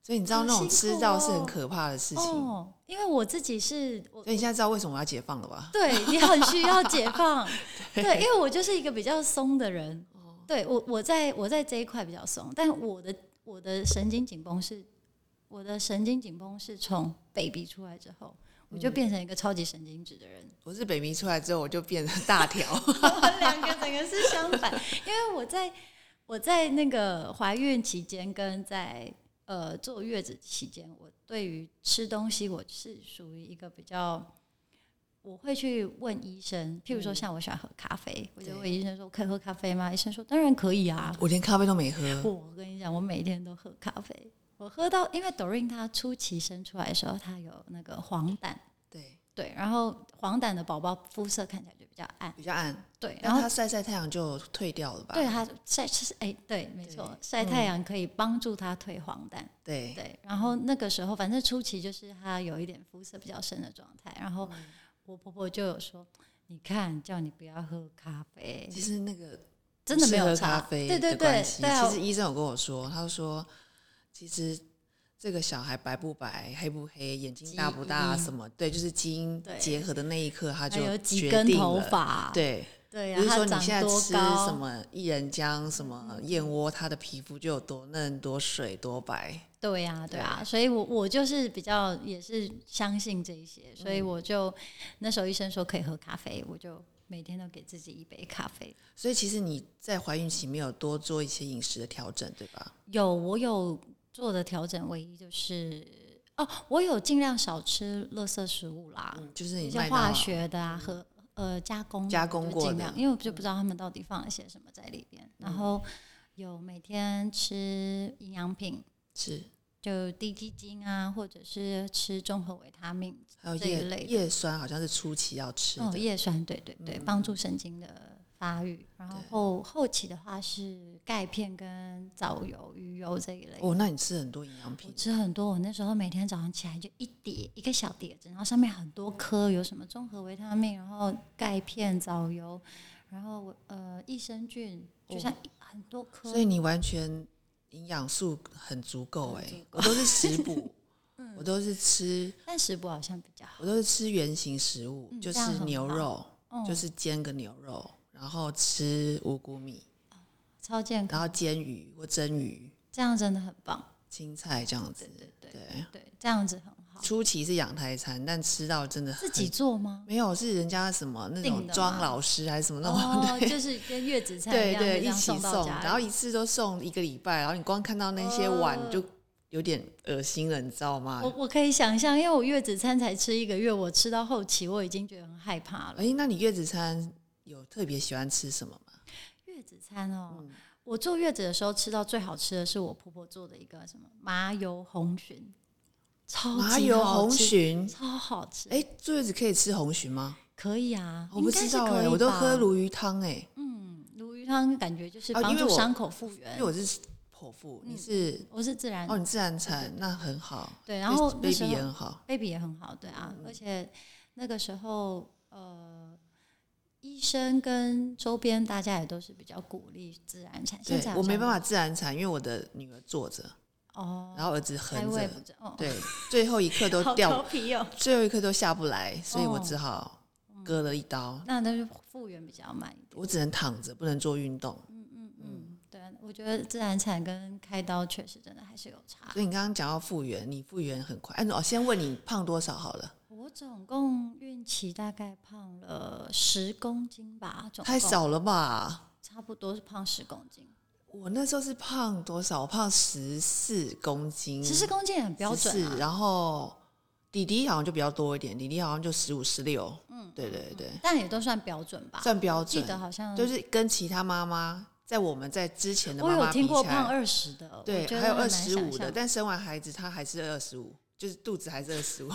[SPEAKER 1] 所以你知道那种
[SPEAKER 2] 好辛苦
[SPEAKER 1] 吃到是很
[SPEAKER 2] 哦
[SPEAKER 1] 可怕的事情。
[SPEAKER 2] 哦，因为我自己是我
[SPEAKER 1] 所以你现在知道为什么我要解放了吧？
[SPEAKER 2] 对你很需要解放，对，因为我就是一个比较松的人，对我我在我在这一块比较松，但我的我的神经紧绷是我的神经紧绷是从 baby 出来之后，我就变成一个超级神经质的人，
[SPEAKER 1] 我是北迷出来之后，我就变成大条。
[SPEAKER 2] 我们两个整个是相反，因为我在我在那个怀孕期间跟在呃坐月子期间，我对于吃东西我是属于一个比较。我会去问医生，譬如说像我喜欢喝咖啡，我就
[SPEAKER 1] 对
[SPEAKER 2] 问医生说可以喝咖啡吗？医生说当然可以啊。
[SPEAKER 1] 我连咖啡都没喝，
[SPEAKER 2] 我跟你讲，我每天都喝咖啡，我喝到因为 Doreen 她初期生出来的时候，她有那个黄疸，
[SPEAKER 1] 对，
[SPEAKER 2] 对，然后黄疸的宝宝肤色看起来就比较暗，
[SPEAKER 1] 比较暗。
[SPEAKER 2] 对，然
[SPEAKER 1] 然后
[SPEAKER 2] 后
[SPEAKER 1] 它晒晒太阳就退掉了吧？
[SPEAKER 2] 对他晒是哎、对，没错，晒太阳可以帮助他退黄疸。
[SPEAKER 1] 对
[SPEAKER 2] 对，然后那个时候反正初期就是他有一点肤色比较深的状态，然后
[SPEAKER 1] 嗯
[SPEAKER 2] 我婆婆就有说。你看，叫你不要喝咖啡，
[SPEAKER 1] 其实那个
[SPEAKER 2] 真的没
[SPEAKER 1] 嗯
[SPEAKER 2] 有
[SPEAKER 1] 不是喝
[SPEAKER 2] 差
[SPEAKER 1] 咖啡
[SPEAKER 2] 对对
[SPEAKER 1] 的
[SPEAKER 2] 对
[SPEAKER 1] 关系。
[SPEAKER 2] 对啊
[SPEAKER 1] 其，实医生有跟我说，他说其实这个小孩白不白、黑不黑、眼睛大不大，
[SPEAKER 2] 基因
[SPEAKER 1] 什么对，就是基因
[SPEAKER 2] 对
[SPEAKER 1] 结合的那一刻，他
[SPEAKER 2] 还
[SPEAKER 1] 就
[SPEAKER 2] 有几
[SPEAKER 1] 决
[SPEAKER 2] 根
[SPEAKER 1] 定
[SPEAKER 2] 头
[SPEAKER 1] 了。
[SPEAKER 2] 发，
[SPEAKER 1] 对，
[SPEAKER 2] 对
[SPEAKER 1] 比
[SPEAKER 2] 啊，
[SPEAKER 1] 如说
[SPEAKER 2] 他
[SPEAKER 1] 你现在
[SPEAKER 2] 长多
[SPEAKER 1] 吃
[SPEAKER 2] 高
[SPEAKER 1] 什？么薏仁浆、什么燕窝，它的皮肤就有多嫩、多水、多白。
[SPEAKER 2] 对呀、对啊，所以我我就是比较也是相信这一些，所以我就、那时候医生说可以喝咖啡，我就每天都给自己一杯咖啡。
[SPEAKER 1] 所以其实你在怀孕期没有多做一些饮食的调整，对吧？
[SPEAKER 2] 有，我有做的调整，唯一就是哦，我有尽量少吃垃圾食物啦，
[SPEAKER 1] 嗯，就是你
[SPEAKER 2] 一些
[SPEAKER 1] 麦当
[SPEAKER 2] 化
[SPEAKER 1] 劳嗯
[SPEAKER 2] 学的啊和呃加工的
[SPEAKER 1] 加工
[SPEAKER 2] 就
[SPEAKER 1] 过
[SPEAKER 2] 尽
[SPEAKER 1] 的嗯
[SPEAKER 2] 量因为我就不知道他们到底放了些什么在里边。然后有每天吃营养品，
[SPEAKER 1] 是，
[SPEAKER 2] 就低基精啊，或者是吃综合维他命，
[SPEAKER 1] 还有
[SPEAKER 2] 这一
[SPEAKER 1] 叶
[SPEAKER 2] 类的
[SPEAKER 1] 叶酸好像是初期要吃
[SPEAKER 2] 哦，
[SPEAKER 1] 的，嗯
[SPEAKER 2] 叶酸，对对对，帮助神经的发育。然后后后期的话是钙片跟藻油、鱼油这一类。
[SPEAKER 1] 哦，那你吃很多营养
[SPEAKER 2] 我
[SPEAKER 1] 品，
[SPEAKER 2] 吃很多，我那时候每天早上起来就一碟一个小碟子，然后上面很多颗，有什么综合维他命，然后钙片、藻油，然后呃益生菌，就像一很多颗。
[SPEAKER 1] 所以你完全营养素很足够哎、
[SPEAKER 2] 很足够嗯
[SPEAKER 1] 我都是食 补，我都是吃，
[SPEAKER 2] 但食补好像比较好。
[SPEAKER 1] 我都是吃原形食物，
[SPEAKER 2] 嗯
[SPEAKER 1] 就
[SPEAKER 2] 这样
[SPEAKER 1] 是
[SPEAKER 2] 很
[SPEAKER 1] 牛
[SPEAKER 2] 棒
[SPEAKER 1] 肉，
[SPEAKER 2] 嗯，
[SPEAKER 1] 就是煎个牛肉，然后吃五谷米，
[SPEAKER 2] 超健康，
[SPEAKER 1] 然后煎鱼或蒸鱼、
[SPEAKER 2] 这样真的很棒。
[SPEAKER 1] 青菜这样子，
[SPEAKER 2] 对对
[SPEAKER 1] 对
[SPEAKER 2] 对，这样子很好。好？
[SPEAKER 1] 初期是养胎餐，但吃到真的很
[SPEAKER 2] 自己做吗？
[SPEAKER 1] 没有是人家什么那
[SPEAKER 2] 订
[SPEAKER 1] 种
[SPEAKER 2] 的
[SPEAKER 1] 庄
[SPEAKER 2] 吗
[SPEAKER 1] 老师还是什么那种、
[SPEAKER 2] 哦，就是跟月子餐一
[SPEAKER 1] 对
[SPEAKER 2] 样，
[SPEAKER 1] 对
[SPEAKER 2] 就这
[SPEAKER 1] 一
[SPEAKER 2] 样
[SPEAKER 1] 起
[SPEAKER 2] 送到
[SPEAKER 1] 送，
[SPEAKER 2] 家里。
[SPEAKER 1] 然后一次都送一个礼拜，然后你光看到那些碗
[SPEAKER 2] 哦
[SPEAKER 1] 就有点恶心了，你知道吗
[SPEAKER 2] 我？我可以想象，因为我月子餐才吃一个月，我吃到后期我已经觉得很害怕了。
[SPEAKER 1] 哎，那你月子餐有特别喜欢吃什么吗？
[SPEAKER 2] 月子餐哦，
[SPEAKER 1] 嗯
[SPEAKER 2] 我坐月子的时候吃到最好吃的是我婆婆做的一个什么麻油红鲟，超级
[SPEAKER 1] 麻油
[SPEAKER 2] 哦好
[SPEAKER 1] 红
[SPEAKER 2] 吃，
[SPEAKER 1] 鲟，
[SPEAKER 2] 超好吃。
[SPEAKER 1] 哎，坐月子可以吃红鲟吗？
[SPEAKER 2] 可以啊，
[SPEAKER 1] 我不
[SPEAKER 2] 应该
[SPEAKER 1] 知
[SPEAKER 2] 是
[SPEAKER 1] 道
[SPEAKER 2] 可
[SPEAKER 1] 哎，
[SPEAKER 2] 以
[SPEAKER 1] 我都
[SPEAKER 2] 吧
[SPEAKER 1] 喝鲈鱼汤哎，
[SPEAKER 2] 嗯鲈鱼汤，感觉就是
[SPEAKER 1] 啊因
[SPEAKER 2] 帮
[SPEAKER 1] 为
[SPEAKER 2] 助
[SPEAKER 1] 我
[SPEAKER 2] 伤口复
[SPEAKER 1] 因
[SPEAKER 2] 原。
[SPEAKER 1] 为我是剖腹，你是
[SPEAKER 2] 我是自然
[SPEAKER 1] 哦，你自然产那很好，
[SPEAKER 2] 对，然后那
[SPEAKER 1] baby
[SPEAKER 2] 时候
[SPEAKER 1] 也很嗯好，
[SPEAKER 2] baby 也很好，对啊，而且那个时候呃，医生跟周边大家也都是比较鼓励自然产。
[SPEAKER 1] 对
[SPEAKER 2] 现在
[SPEAKER 1] 我没办
[SPEAKER 2] 法
[SPEAKER 1] 法自然产，因为我的女儿坐着，
[SPEAKER 2] 哦，
[SPEAKER 1] 然后儿子
[SPEAKER 2] 开
[SPEAKER 1] 横
[SPEAKER 2] 胃
[SPEAKER 1] 着，
[SPEAKER 2] 不正哦，
[SPEAKER 1] 对，最后一刻都
[SPEAKER 2] 好
[SPEAKER 1] 掉
[SPEAKER 2] 调皮哦。
[SPEAKER 1] 最后一刻都下不来，所以我
[SPEAKER 2] 哦
[SPEAKER 1] 只好割了一刀。
[SPEAKER 2] 那但是复原比较慢一点。
[SPEAKER 1] 我只能躺着，不能做运动。
[SPEAKER 2] 嗯，对啊，我觉得自然产跟开刀确实真的还是有差。
[SPEAKER 1] 所以你刚刚讲到复原，你复原很快。哎，我先问你胖多少好了？
[SPEAKER 2] 我总共孕期大概胖了十公斤吧，总
[SPEAKER 1] 太
[SPEAKER 2] 共，
[SPEAKER 1] 少嗯了吧？
[SPEAKER 2] 差不多是胖十公斤，
[SPEAKER 1] 我那时候是胖多少？我胖十四公斤，
[SPEAKER 2] 十四公斤也很标准
[SPEAKER 1] 14
[SPEAKER 2] 啊。
[SPEAKER 1] 然后弟弟好像就比较多一点，弟弟好像就十五、十六。嗯，对对对，
[SPEAKER 2] 但也都算标准吧。
[SPEAKER 1] 算标
[SPEAKER 2] 记
[SPEAKER 1] 准。
[SPEAKER 2] 得好像
[SPEAKER 1] 就是跟其他妈妈，在我们在之前的
[SPEAKER 2] 我
[SPEAKER 1] 妈
[SPEAKER 2] 有
[SPEAKER 1] 妈
[SPEAKER 2] 听
[SPEAKER 1] 比
[SPEAKER 2] 过
[SPEAKER 1] 起
[SPEAKER 2] 胖
[SPEAKER 1] 来，
[SPEAKER 2] 二十的，
[SPEAKER 1] 对
[SPEAKER 2] 我，觉得
[SPEAKER 1] 还有
[SPEAKER 2] 很
[SPEAKER 1] 二
[SPEAKER 2] 难
[SPEAKER 1] 十五
[SPEAKER 2] 想
[SPEAKER 1] 的，
[SPEAKER 2] 象
[SPEAKER 1] 但生完孩子她还是二十五，就是肚子还是二十五。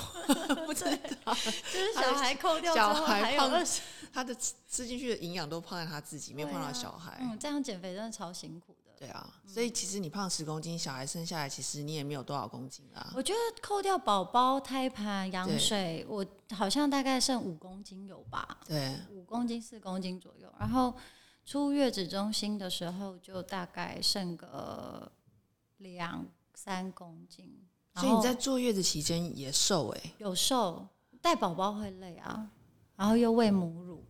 [SPEAKER 2] 就是小孩扣掉之
[SPEAKER 1] 小
[SPEAKER 2] 后
[SPEAKER 1] 孩
[SPEAKER 2] 还有
[SPEAKER 1] 胖
[SPEAKER 2] 二十，
[SPEAKER 1] 他的吃吃进去的营养都胖在他自己，没有胖到小孩。
[SPEAKER 2] 嗯，这样减肥真的超辛苦的。
[SPEAKER 1] 对啊，所以其实你胖十公斤，小孩生下来其实你也没有多少公斤啦。
[SPEAKER 2] 我觉得扣掉宝宝、胎盘、羊
[SPEAKER 1] 对
[SPEAKER 2] 水，我好像大概剩五公斤有吧，
[SPEAKER 1] 对，
[SPEAKER 2] 五公斤四公斤左右。然后出月子中心的时候，就大概剩个两三公斤。
[SPEAKER 1] 所以你在坐月子期间也瘦哎、
[SPEAKER 2] 有瘦，带宝宝会累啊，然后又喂母乳，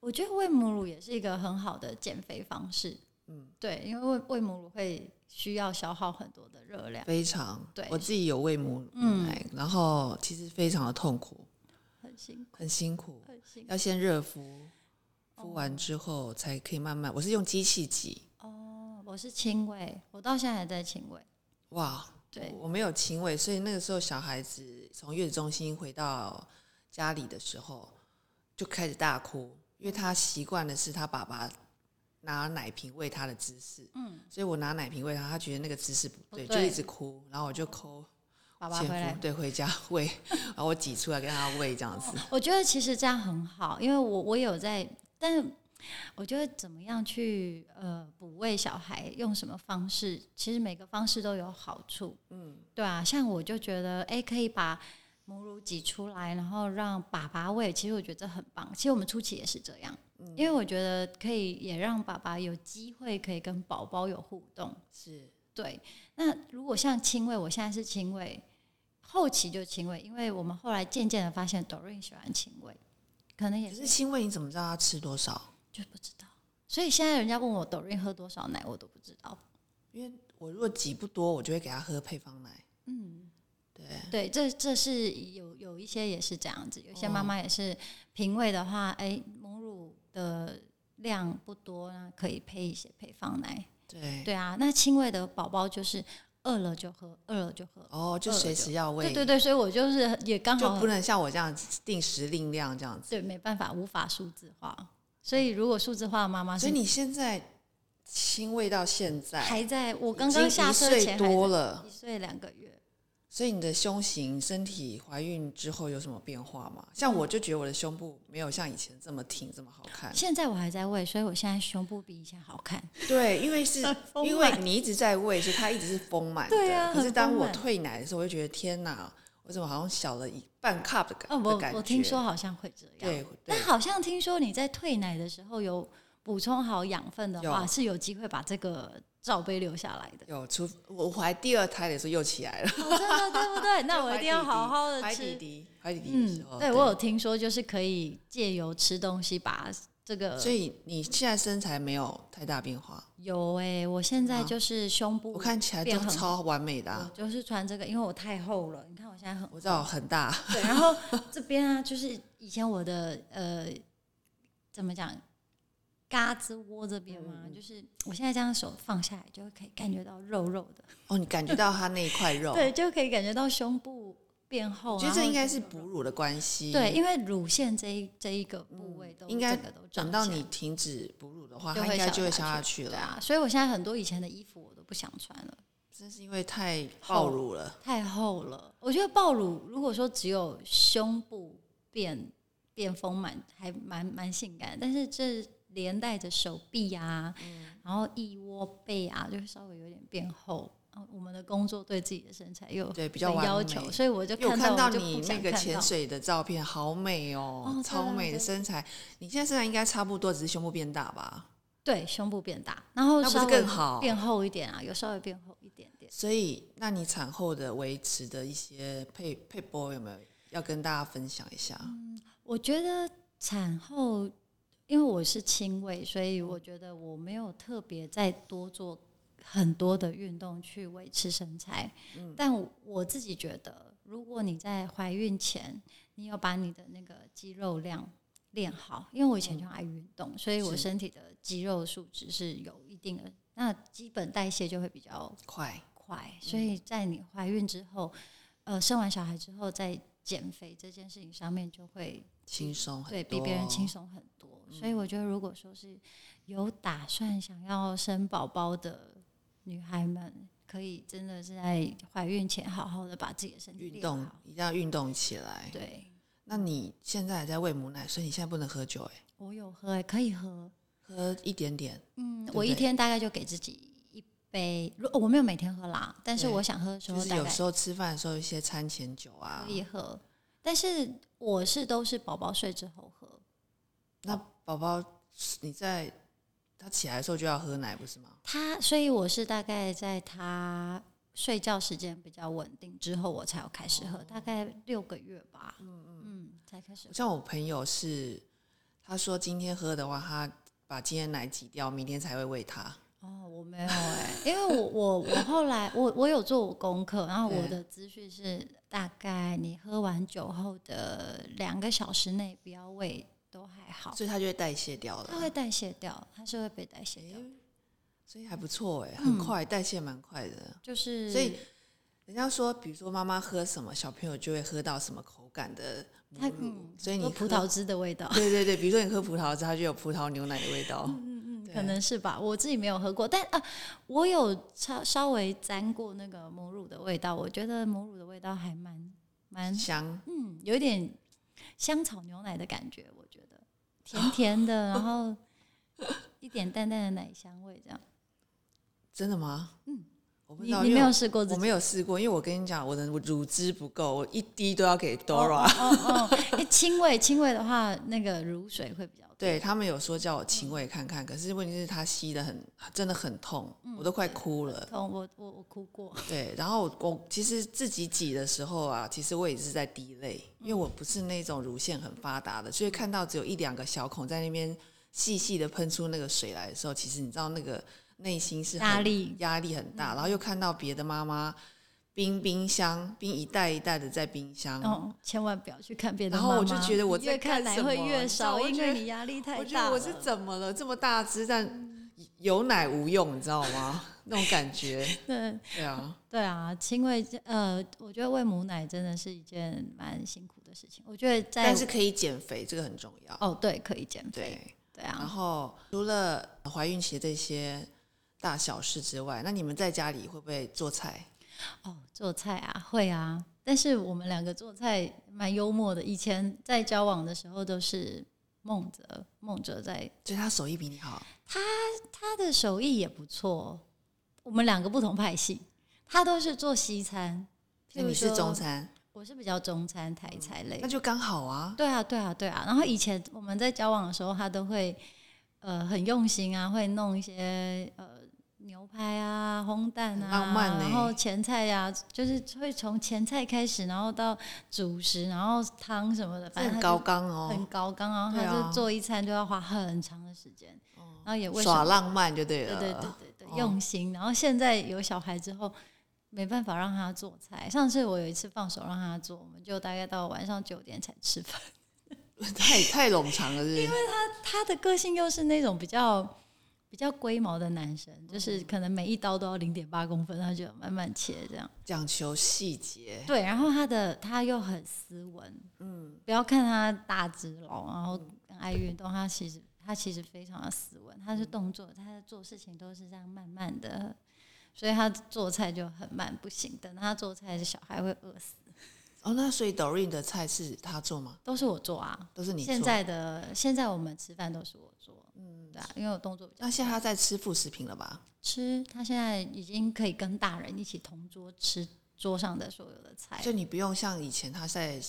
[SPEAKER 2] 我觉得喂母乳也是一个很好的减肥方式。嗯，对，因为喂喂母乳会需要消耗很多的热量，
[SPEAKER 1] 非常。
[SPEAKER 2] 对嗯
[SPEAKER 1] 我自己有喂母乳奶，然后其实非常的痛苦，
[SPEAKER 2] 很辛苦，
[SPEAKER 1] 很辛苦，
[SPEAKER 2] 很辛苦。
[SPEAKER 1] 要先热敷，敷完之后才可以慢慢。我是用机器挤，
[SPEAKER 2] 哦，我是亲喂，我到现在还在亲喂。
[SPEAKER 1] 哇，
[SPEAKER 2] 对，
[SPEAKER 1] 我没有亲喂，所以那个时候小孩子从月子中心回到家里的时候就开始大哭，因为他习惯的是他爸爸拿奶瓶喂他的姿势，嗯，所以我拿奶瓶喂他，他觉得那个姿势不对，
[SPEAKER 2] 不对
[SPEAKER 1] 就一直哭，然后我就抠
[SPEAKER 2] 爸爸
[SPEAKER 1] 前
[SPEAKER 2] 回
[SPEAKER 1] 夫，
[SPEAKER 2] 来
[SPEAKER 1] 对，回家喂，然后我挤出来给他喂这样子，
[SPEAKER 2] 我觉得其实这样很好，因为我我有在，但是我觉得怎么样去呃补喂小孩，用什么方式，其实每个方式都有好处。嗯，对啊，像我就觉得，哎、可以把母乳挤出来，然后让爸爸喂，其实我觉得这很棒。其实我们初期也是这样。因为我觉得可以也让爸爸有机会可以跟宝宝有互动，
[SPEAKER 1] 是
[SPEAKER 2] 对，那如果像亲喂，我现在是亲喂，后期就亲喂，因为我们后来渐渐的发现 Doreen 喜欢亲喂，可能也
[SPEAKER 1] 可
[SPEAKER 2] 是
[SPEAKER 1] 是亲喂你怎么知道他吃多少？
[SPEAKER 2] 就不知道。所以现在人家问我 Doreen 喝多少奶，我都不知道。
[SPEAKER 1] 因为我如果挤不多，我就会给他喝配方奶，
[SPEAKER 2] 嗯
[SPEAKER 1] 嗯
[SPEAKER 2] 对，这这是有有一些也是这样子，有
[SPEAKER 1] 哦
[SPEAKER 2] 些妈妈也是平喂的话，哎，母乳的量不多，那可以配一些配方奶。
[SPEAKER 1] 对，
[SPEAKER 2] 对啊，那亲喂的宝宝就是饿了就喝，饿了就喝。
[SPEAKER 1] 哦，就
[SPEAKER 2] 饿了
[SPEAKER 1] 随时要喂，
[SPEAKER 2] 对对对，所以我就是也刚
[SPEAKER 1] 就
[SPEAKER 2] 好
[SPEAKER 1] 不能像我这样定时定量这样子。
[SPEAKER 2] 对，没办法，无法数字化。所以如果数字化的妈妈
[SPEAKER 1] 所以
[SPEAKER 2] 啊是
[SPEAKER 1] 你现在亲喂到现在，
[SPEAKER 2] 还在我
[SPEAKER 1] 我
[SPEAKER 2] 刚刚下车
[SPEAKER 1] 岁
[SPEAKER 2] 前还
[SPEAKER 1] 多
[SPEAKER 2] 在
[SPEAKER 1] 了，
[SPEAKER 2] 一岁两个月，
[SPEAKER 1] 所以你的胸型、身体怀孕之后有什么变化吗？像
[SPEAKER 2] 嗯
[SPEAKER 1] 我就觉得我的胸部没有像以前这么挺、这么好看。
[SPEAKER 2] 现在我还在喂，所以我现在胸部比以前好看。
[SPEAKER 1] 对，因为是
[SPEAKER 2] 丰满
[SPEAKER 1] 因为你一直在喂，所以它一直是丰满的。
[SPEAKER 2] 对啊
[SPEAKER 1] 可是
[SPEAKER 2] 很
[SPEAKER 1] 当
[SPEAKER 2] 丰
[SPEAKER 1] 我
[SPEAKER 2] 满
[SPEAKER 1] 退奶的时候，我就觉得天哪，我怎么好像小了一半 cup 的感、
[SPEAKER 2] 哦，
[SPEAKER 1] 的
[SPEAKER 2] 我
[SPEAKER 1] 感觉？
[SPEAKER 2] 我听说好像会这样。
[SPEAKER 1] 对对
[SPEAKER 2] 但，好像听说你在退奶的时候有补充好养分的话，
[SPEAKER 1] 有。
[SPEAKER 2] 是有机会把这个罩杯留下来的
[SPEAKER 1] 有出我怀第二胎的时候又起来了。
[SPEAKER 2] 哦真的对不 对？那我一定要好好的
[SPEAKER 1] 怀弟哦
[SPEAKER 2] 吃。
[SPEAKER 1] 弟，怀弟弟的时
[SPEAKER 2] 嗯
[SPEAKER 1] 候，，
[SPEAKER 2] 对我有听说，就是可以借由吃东西把这个
[SPEAKER 1] 所以你现在身材没有太大变化，
[SPEAKER 2] 有哎、我现在就是胸部，
[SPEAKER 1] 啊我看起来都
[SPEAKER 2] 变很
[SPEAKER 1] 超完美的、啊
[SPEAKER 2] 我。就是穿这个，因为我太厚了。你看我现在 很，
[SPEAKER 1] 我知道很大，
[SPEAKER 2] 对，然后这边啊，就是以前我的呃，怎么讲，嘎吱窝这边嘛，
[SPEAKER 1] 嗯
[SPEAKER 2] 就是我现在这样手放下来，就会可以感觉到肉肉的，
[SPEAKER 1] 哦，你感觉到它那一块肉，啊
[SPEAKER 2] 对，就可以感觉到胸部变厚。
[SPEAKER 1] 我觉得哦
[SPEAKER 2] 然
[SPEAKER 1] 这
[SPEAKER 2] 后
[SPEAKER 1] 应该是
[SPEAKER 2] 就
[SPEAKER 1] 哺乳的关系。
[SPEAKER 2] 对，，因为乳腺这一这一个部位都
[SPEAKER 1] 嗯应该
[SPEAKER 2] 整个都
[SPEAKER 1] 等
[SPEAKER 2] 长
[SPEAKER 1] 到
[SPEAKER 2] 起来
[SPEAKER 1] 你停止哺乳的话，
[SPEAKER 2] 就
[SPEAKER 1] 它
[SPEAKER 2] 会
[SPEAKER 1] 应该
[SPEAKER 2] 消
[SPEAKER 1] 就会消
[SPEAKER 2] 下
[SPEAKER 1] 下去
[SPEAKER 2] 对
[SPEAKER 1] 了。
[SPEAKER 2] 啊，所以我现在很多以前的衣服我都不想穿了。
[SPEAKER 1] 真是因为太暴乳了。
[SPEAKER 2] 太厚了。我觉得暴乳如果说只有胸部变变丰满，还蛮蛮性感，但是这连带着手臂啊，
[SPEAKER 1] 嗯
[SPEAKER 2] 然后腋窝背啊，就会稍微有点变厚。然后我们的工作对自己的身材又
[SPEAKER 1] 对比较
[SPEAKER 2] 有
[SPEAKER 1] 完
[SPEAKER 2] 要
[SPEAKER 1] 美
[SPEAKER 2] 求，所以我就
[SPEAKER 1] 有
[SPEAKER 2] 看
[SPEAKER 1] 看
[SPEAKER 2] 到
[SPEAKER 1] 到
[SPEAKER 2] 我就
[SPEAKER 1] 你
[SPEAKER 2] 不想
[SPEAKER 1] 那个
[SPEAKER 2] 看
[SPEAKER 1] 潜
[SPEAKER 2] 到
[SPEAKER 1] 水的照片，好美哦，
[SPEAKER 2] 哦对啊
[SPEAKER 1] 超美的
[SPEAKER 2] 对
[SPEAKER 1] 身材。你现在身材应该差不多，只是胸部变大吧？
[SPEAKER 2] 对胸部变大，然后
[SPEAKER 1] 那不
[SPEAKER 2] 稍
[SPEAKER 1] 是
[SPEAKER 2] 微
[SPEAKER 1] 更好
[SPEAKER 2] 变厚一点啊，有稍微变厚一点点。
[SPEAKER 1] 所以，那你产后的维持的一些配配波有没有要跟大家分享一下？
[SPEAKER 2] 我觉得产后，因为我是轻微，所以我觉得我没有特别再多做很多的运动去维持身材。但我我自己觉得，如果你在怀孕前，你有把你的那个肌肉量练好，因为我以前就很爱运动，所以我
[SPEAKER 1] 是
[SPEAKER 2] 身体的肌肉数值是有一定的，那基本代谢就会比较
[SPEAKER 1] 快，
[SPEAKER 2] 快，所以在你怀孕之后，呃，生完小孩之后，在减肥这件事情上面就会
[SPEAKER 1] 轻松很多，嗯
[SPEAKER 2] 对比别人轻。松很多。所以我觉得，如果说是有打算想要生宝宝的女孩们，可以真的是在怀孕前好好的把自己的身体
[SPEAKER 1] 运
[SPEAKER 2] 练
[SPEAKER 1] 动
[SPEAKER 2] 好。
[SPEAKER 1] 一定要运动起来。
[SPEAKER 2] 对，
[SPEAKER 1] 那你现在还在喂母奶，所以你现在不能喝酒、欸，
[SPEAKER 2] 我有喝、欸，可以喝。
[SPEAKER 1] 喝一点点。
[SPEAKER 2] 嗯
[SPEAKER 1] 对，不
[SPEAKER 2] 我
[SPEAKER 1] 对
[SPEAKER 2] 一天大概就给自己一杯，如我没有每天喝啦，但是
[SPEAKER 1] 对
[SPEAKER 2] 我想喝的时
[SPEAKER 1] 就
[SPEAKER 2] 候，
[SPEAKER 1] 是
[SPEAKER 2] 大
[SPEAKER 1] 有
[SPEAKER 2] 概
[SPEAKER 1] 时候吃饭的时候一些餐前酒啊
[SPEAKER 2] 可，以喝。但是我是都是宝宝睡之后喝，
[SPEAKER 1] 那宝宝你在他起来的时候就要喝奶，不是吗？
[SPEAKER 2] 他，所以我是大概在他睡觉时间比较稳定之后，我才有开始喝，大概六个月吧。嗯嗯，才开始喝。
[SPEAKER 1] 像我朋友是，他说今天喝的话，他把今天奶挤掉，明天才会喂他。
[SPEAKER 2] 哦，我没有哎、因为我我我后来我我有做功课，然后我的资讯是大概你喝完酒后的两个小时内不要喂都还好，
[SPEAKER 1] 所以他就会代谢掉
[SPEAKER 2] 它
[SPEAKER 1] 了。
[SPEAKER 2] 会代谢掉，它是会被代谢掉的，
[SPEAKER 1] 所以还不错哎、很快、代谢蛮快的。
[SPEAKER 2] 就是
[SPEAKER 1] 所以人家说，比如说妈妈喝什么，小朋友就会喝到什么口感的母
[SPEAKER 2] 它
[SPEAKER 1] 乳
[SPEAKER 2] 嗯，，
[SPEAKER 1] 所以你
[SPEAKER 2] 有
[SPEAKER 1] 喝
[SPEAKER 2] 葡萄，汁的味道。
[SPEAKER 1] 对对对， 比如说你喝葡萄汁，它就有葡萄牛奶的味道。
[SPEAKER 2] 嗯
[SPEAKER 1] 对
[SPEAKER 2] 可能是吧，我自己没有喝过，但啊，我有稍稍微沾过那个母乳的味道，我觉得母乳的味道还蛮蛮，
[SPEAKER 1] 香，
[SPEAKER 2] 嗯，有一点香草牛奶的感觉，我觉得甜甜的， 然后一点淡淡的奶香味，这样。
[SPEAKER 1] 真的吗？嗯，我不知
[SPEAKER 2] 你
[SPEAKER 1] 道，
[SPEAKER 2] 你
[SPEAKER 1] 因
[SPEAKER 2] 没
[SPEAKER 1] 为
[SPEAKER 2] 有试过
[SPEAKER 1] 我
[SPEAKER 2] 自
[SPEAKER 1] 我
[SPEAKER 2] 己？
[SPEAKER 1] 没有试过，因为我跟你讲，我的乳汁不够，我一滴都要给 Dora。
[SPEAKER 2] 哦哦哦，哎，清味清味的话，那个乳水会比较多。
[SPEAKER 1] 对他们有说叫我亲喂看看，可是问题是他吸的很，真的很痛，我都快哭了。
[SPEAKER 2] 痛，我我我哭过。
[SPEAKER 1] 对，然后我我其实自己挤的时候啊，其实我也是在滴泪，因为我不是那种乳腺很发达的，所以看到只有一两个小孔在那边细细的喷出那个水来的时候，其实你知道那个内心是很
[SPEAKER 2] 压力
[SPEAKER 1] 压力很大，然后又看到别的妈妈冰冰箱冰一袋一袋的在冰箱，
[SPEAKER 2] 哦，千万不要去看别
[SPEAKER 1] 嗯
[SPEAKER 2] 的
[SPEAKER 1] 然
[SPEAKER 2] 妈
[SPEAKER 1] 后
[SPEAKER 2] 妈。
[SPEAKER 1] 我就觉得我
[SPEAKER 2] 你
[SPEAKER 1] 在
[SPEAKER 2] 越看
[SPEAKER 1] 干
[SPEAKER 2] 奶
[SPEAKER 1] 什
[SPEAKER 2] 会
[SPEAKER 1] 么
[SPEAKER 2] 越
[SPEAKER 1] 你知道
[SPEAKER 2] 少，
[SPEAKER 1] 我
[SPEAKER 2] 因
[SPEAKER 1] 觉得
[SPEAKER 2] 为你压力太
[SPEAKER 1] 我觉
[SPEAKER 2] 大
[SPEAKER 1] 得
[SPEAKER 2] 了。
[SPEAKER 1] 我是怎么了？这么大只，但有奶无用，你知道吗？ 那种感觉，
[SPEAKER 2] 对
[SPEAKER 1] 对 啊，
[SPEAKER 2] 对啊，亲喂呃，我觉得喂母奶真的是一件蛮辛苦的事情。我觉得在
[SPEAKER 1] 但是可以减肥，这个很重要。
[SPEAKER 2] 哦，对，可以减肥，
[SPEAKER 1] 对，
[SPEAKER 2] 对
[SPEAKER 1] 然
[SPEAKER 2] 啊，
[SPEAKER 1] 后除了怀孕期这些大小事之外，那你们在家里会不会做菜？
[SPEAKER 2] 哦，做菜啊，会啊。但是我们两个做菜蛮幽默的，以前在交往的时候都是梦哲，梦哲在
[SPEAKER 1] 所以他手艺比你好，
[SPEAKER 2] 他的手艺也不错，我们两个不同派系，他都是做西餐，譬
[SPEAKER 1] 那
[SPEAKER 2] 如
[SPEAKER 1] 你是
[SPEAKER 2] 说
[SPEAKER 1] 中，餐，嗯
[SPEAKER 2] 我是比较中餐台菜类的
[SPEAKER 1] 那就刚好啊。
[SPEAKER 2] 对啊，对啊，对啊。然后以前我们在交往的时候，他都会呃很用心啊，会弄一些呃牛排啊、烘蛋
[SPEAKER 1] 很
[SPEAKER 2] 啊，
[SPEAKER 1] 浪漫欸
[SPEAKER 2] 然后前菜呀、就是会从前菜开始，然后到主食，然后汤什么的，
[SPEAKER 1] 这
[SPEAKER 2] 反正
[SPEAKER 1] 很
[SPEAKER 2] 他
[SPEAKER 1] 高
[SPEAKER 2] 就
[SPEAKER 1] 纲哦，
[SPEAKER 2] 很高纲，然后
[SPEAKER 1] 对
[SPEAKER 2] 他
[SPEAKER 1] 啊哦
[SPEAKER 2] 就做一餐就要花很长的时间，然后也为什
[SPEAKER 1] 耍
[SPEAKER 2] 么？
[SPEAKER 1] 浪漫就对
[SPEAKER 2] 对
[SPEAKER 1] 了。
[SPEAKER 2] 对对对对，
[SPEAKER 1] 哦
[SPEAKER 2] 用心。然后现在有小孩之后，没办法让他做菜。上次我有一次放手让他做，我们就大概到晚上九点才吃饭。
[SPEAKER 1] 太太冗长了是不是，
[SPEAKER 2] 他的个性又是那种比较比较龟毛的男生，就是可能每一刀都要零点八公分，他就慢慢切这样。
[SPEAKER 1] 讲求细节，
[SPEAKER 2] 对，然后他的他又很斯文，嗯，不要看他大只佬，然后很爱运动，他其实他其实非常的斯文，他是动作，他在做事情都是这样慢慢的，所以他做菜就很慢，不行，等他做菜，小孩会饿死。
[SPEAKER 1] 哦，那所以 Doreen 的菜是他做吗？
[SPEAKER 2] 都是我做啊，
[SPEAKER 1] 都是你做？
[SPEAKER 2] 现在的现在我们吃饭都是我做，嗯，对啊，因为我动作比较
[SPEAKER 1] 那现在他在吃副食品了吧？
[SPEAKER 2] 吃，他现在已经可以跟大人一起同桌吃桌上的所有的菜。
[SPEAKER 1] 就你不用像以前他在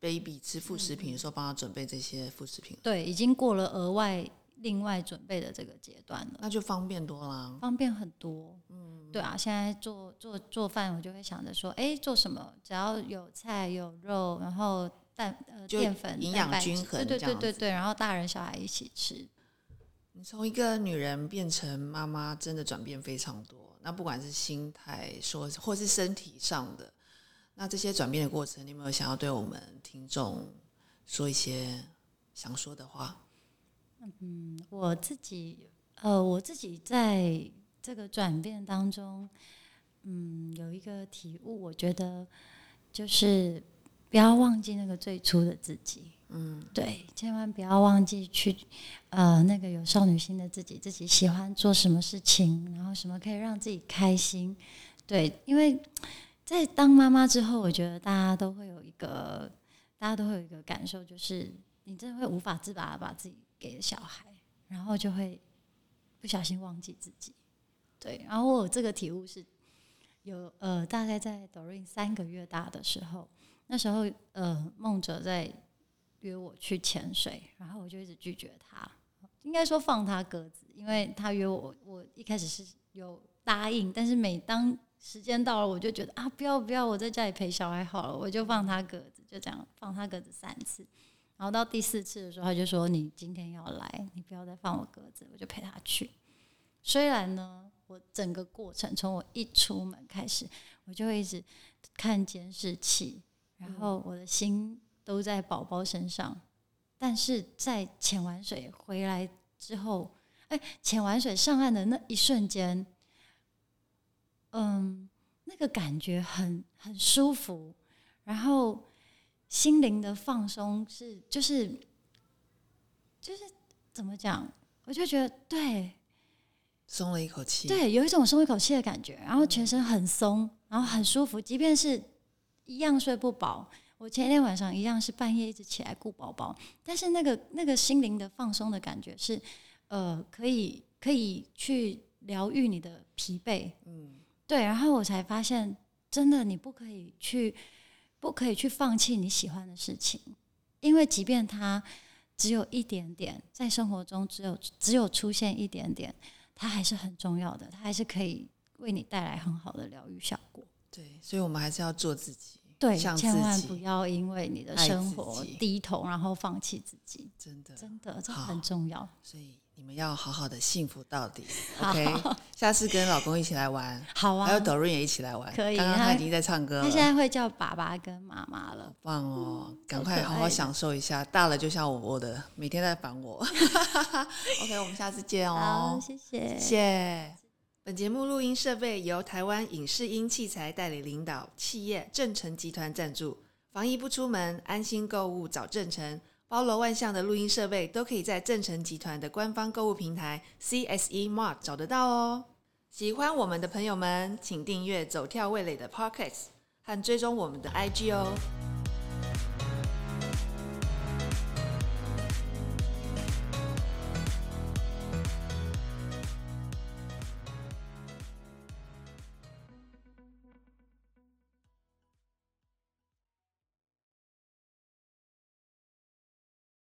[SPEAKER 1] baby 吃副食品的
[SPEAKER 2] 嗯
[SPEAKER 1] 时候帮他准备这些副食品，
[SPEAKER 2] 对，已经过了额外另外准备的这个阶段了，
[SPEAKER 1] 那就方便多啦。
[SPEAKER 2] 方便很多。嗯，对啊，现在做做做饭，我就会想着说，哎，做什么？只要有菜有肉，然后蛋呃
[SPEAKER 1] 就
[SPEAKER 2] 淀粉
[SPEAKER 1] 营
[SPEAKER 2] 蛋
[SPEAKER 1] 养
[SPEAKER 2] 白
[SPEAKER 1] 均
[SPEAKER 2] 质
[SPEAKER 1] 衡
[SPEAKER 2] 对
[SPEAKER 1] 这
[SPEAKER 2] 对
[SPEAKER 1] 样
[SPEAKER 2] 对对对，然后大人小孩一起吃。
[SPEAKER 1] 你从一个女人变成妈妈，真的转变非常多。那不管是心态说，或是身体上的，那这些转变的过程，你有没有想要对我们听众说一些想说的话？
[SPEAKER 2] 我自己，呃，我自己在这个转变当中，嗯，有一个体悟，我觉得就是不要忘记那个最初的自己。嗯，对，千万不要忘记去，呃，那个有少女心的自己，自己喜欢做什么事情，然后什么可以让自己开心。对，因为在当妈妈之后，我觉得大家都会有一个，大家都会有一个感受，就是你真的会无法自拔地把自己给小孩，然后就会不小心忘记自己。对，然后我有这个体悟是有呃，大概在 Doreen 三个月大的时候，那时候呃，梦哲在约我去潜水，然后我就一直拒绝他，应该说放他鸽子，因为他约我，我一开始是有答应，但是每当时间到了，我就觉得啊，不要不要，我在家里陪小孩好了，我就放他鸽子，就这样放他鸽子三次。然后到第四次的时候，他就说：“你今天要来，你不要再放我鸽子，我就陪他去。”虽然呢，我整个过程从我一出门开始，我就会一直看监视器，然后我的心都在宝宝身上，但是在潜完水回来之后，哎，潜完水上岸的那一瞬间，嗯，那个感觉很很舒服，然后心灵的放松是就是就是怎么讲，我就觉得对
[SPEAKER 1] 松了一口气，，
[SPEAKER 2] 对，有一种松一口气的感觉，然后全身很松，然后很舒服，即便是一样睡不饱。我前一天晚上一样是半夜一直起来顾宝宝，但是那个那个心灵的放松的感觉是，呃，可以可以去疗愈你的疲惫，
[SPEAKER 1] 嗯，
[SPEAKER 2] 对，然后我才发现，真的你不可以去，不可以去放弃你喜欢的事情，因为即便它只有一点点，在生活中只有只有出现一点点，它还是很重要的，它还是可以为你带来很好的疗愈效果。
[SPEAKER 1] 对，所以我们还是要做自己，
[SPEAKER 2] 对，
[SPEAKER 1] 像
[SPEAKER 2] 千万
[SPEAKER 1] 自
[SPEAKER 2] 不
[SPEAKER 1] 己，
[SPEAKER 2] 要因为你的
[SPEAKER 1] 爱
[SPEAKER 2] 生
[SPEAKER 1] 自
[SPEAKER 2] 活
[SPEAKER 1] 己
[SPEAKER 2] 低头，然后放弃自己，
[SPEAKER 1] 真的，
[SPEAKER 2] 真的这
[SPEAKER 1] 好
[SPEAKER 2] 很重要。
[SPEAKER 1] 所以你们要好好的幸福到底
[SPEAKER 2] 好
[SPEAKER 1] ，OK？下次跟老公一起来玩，
[SPEAKER 2] 好
[SPEAKER 1] 还有
[SPEAKER 2] 啊，
[SPEAKER 1] Doreen 也一起来玩，
[SPEAKER 2] 可以
[SPEAKER 1] 刚刚他
[SPEAKER 2] 他
[SPEAKER 1] 已经在唱歌
[SPEAKER 2] 他现
[SPEAKER 1] 了。
[SPEAKER 2] 在会叫爸爸跟妈妈了。
[SPEAKER 1] 棒哦，赶
[SPEAKER 2] 好
[SPEAKER 1] 快
[SPEAKER 2] 可
[SPEAKER 1] 好
[SPEAKER 2] 爱
[SPEAKER 1] 好
[SPEAKER 2] 的
[SPEAKER 1] 享受一下。大了就像我我的，每天在烦我。OK，我们下次见
[SPEAKER 2] 好，
[SPEAKER 1] 哦，
[SPEAKER 2] 谢谢
[SPEAKER 1] 谢。谢。本节目录音设备由台湾影视音器材代理领导企业正成集团赞助。防疫不出门，安心购物找正成。包罗万象的录音设备都可以在正成集团的官方购物平台 CSE Mart 找得到哦。喜欢我们的朋友们，请订阅“走跳味蕾”的 Podcast 和追踪我们的 IG 哦。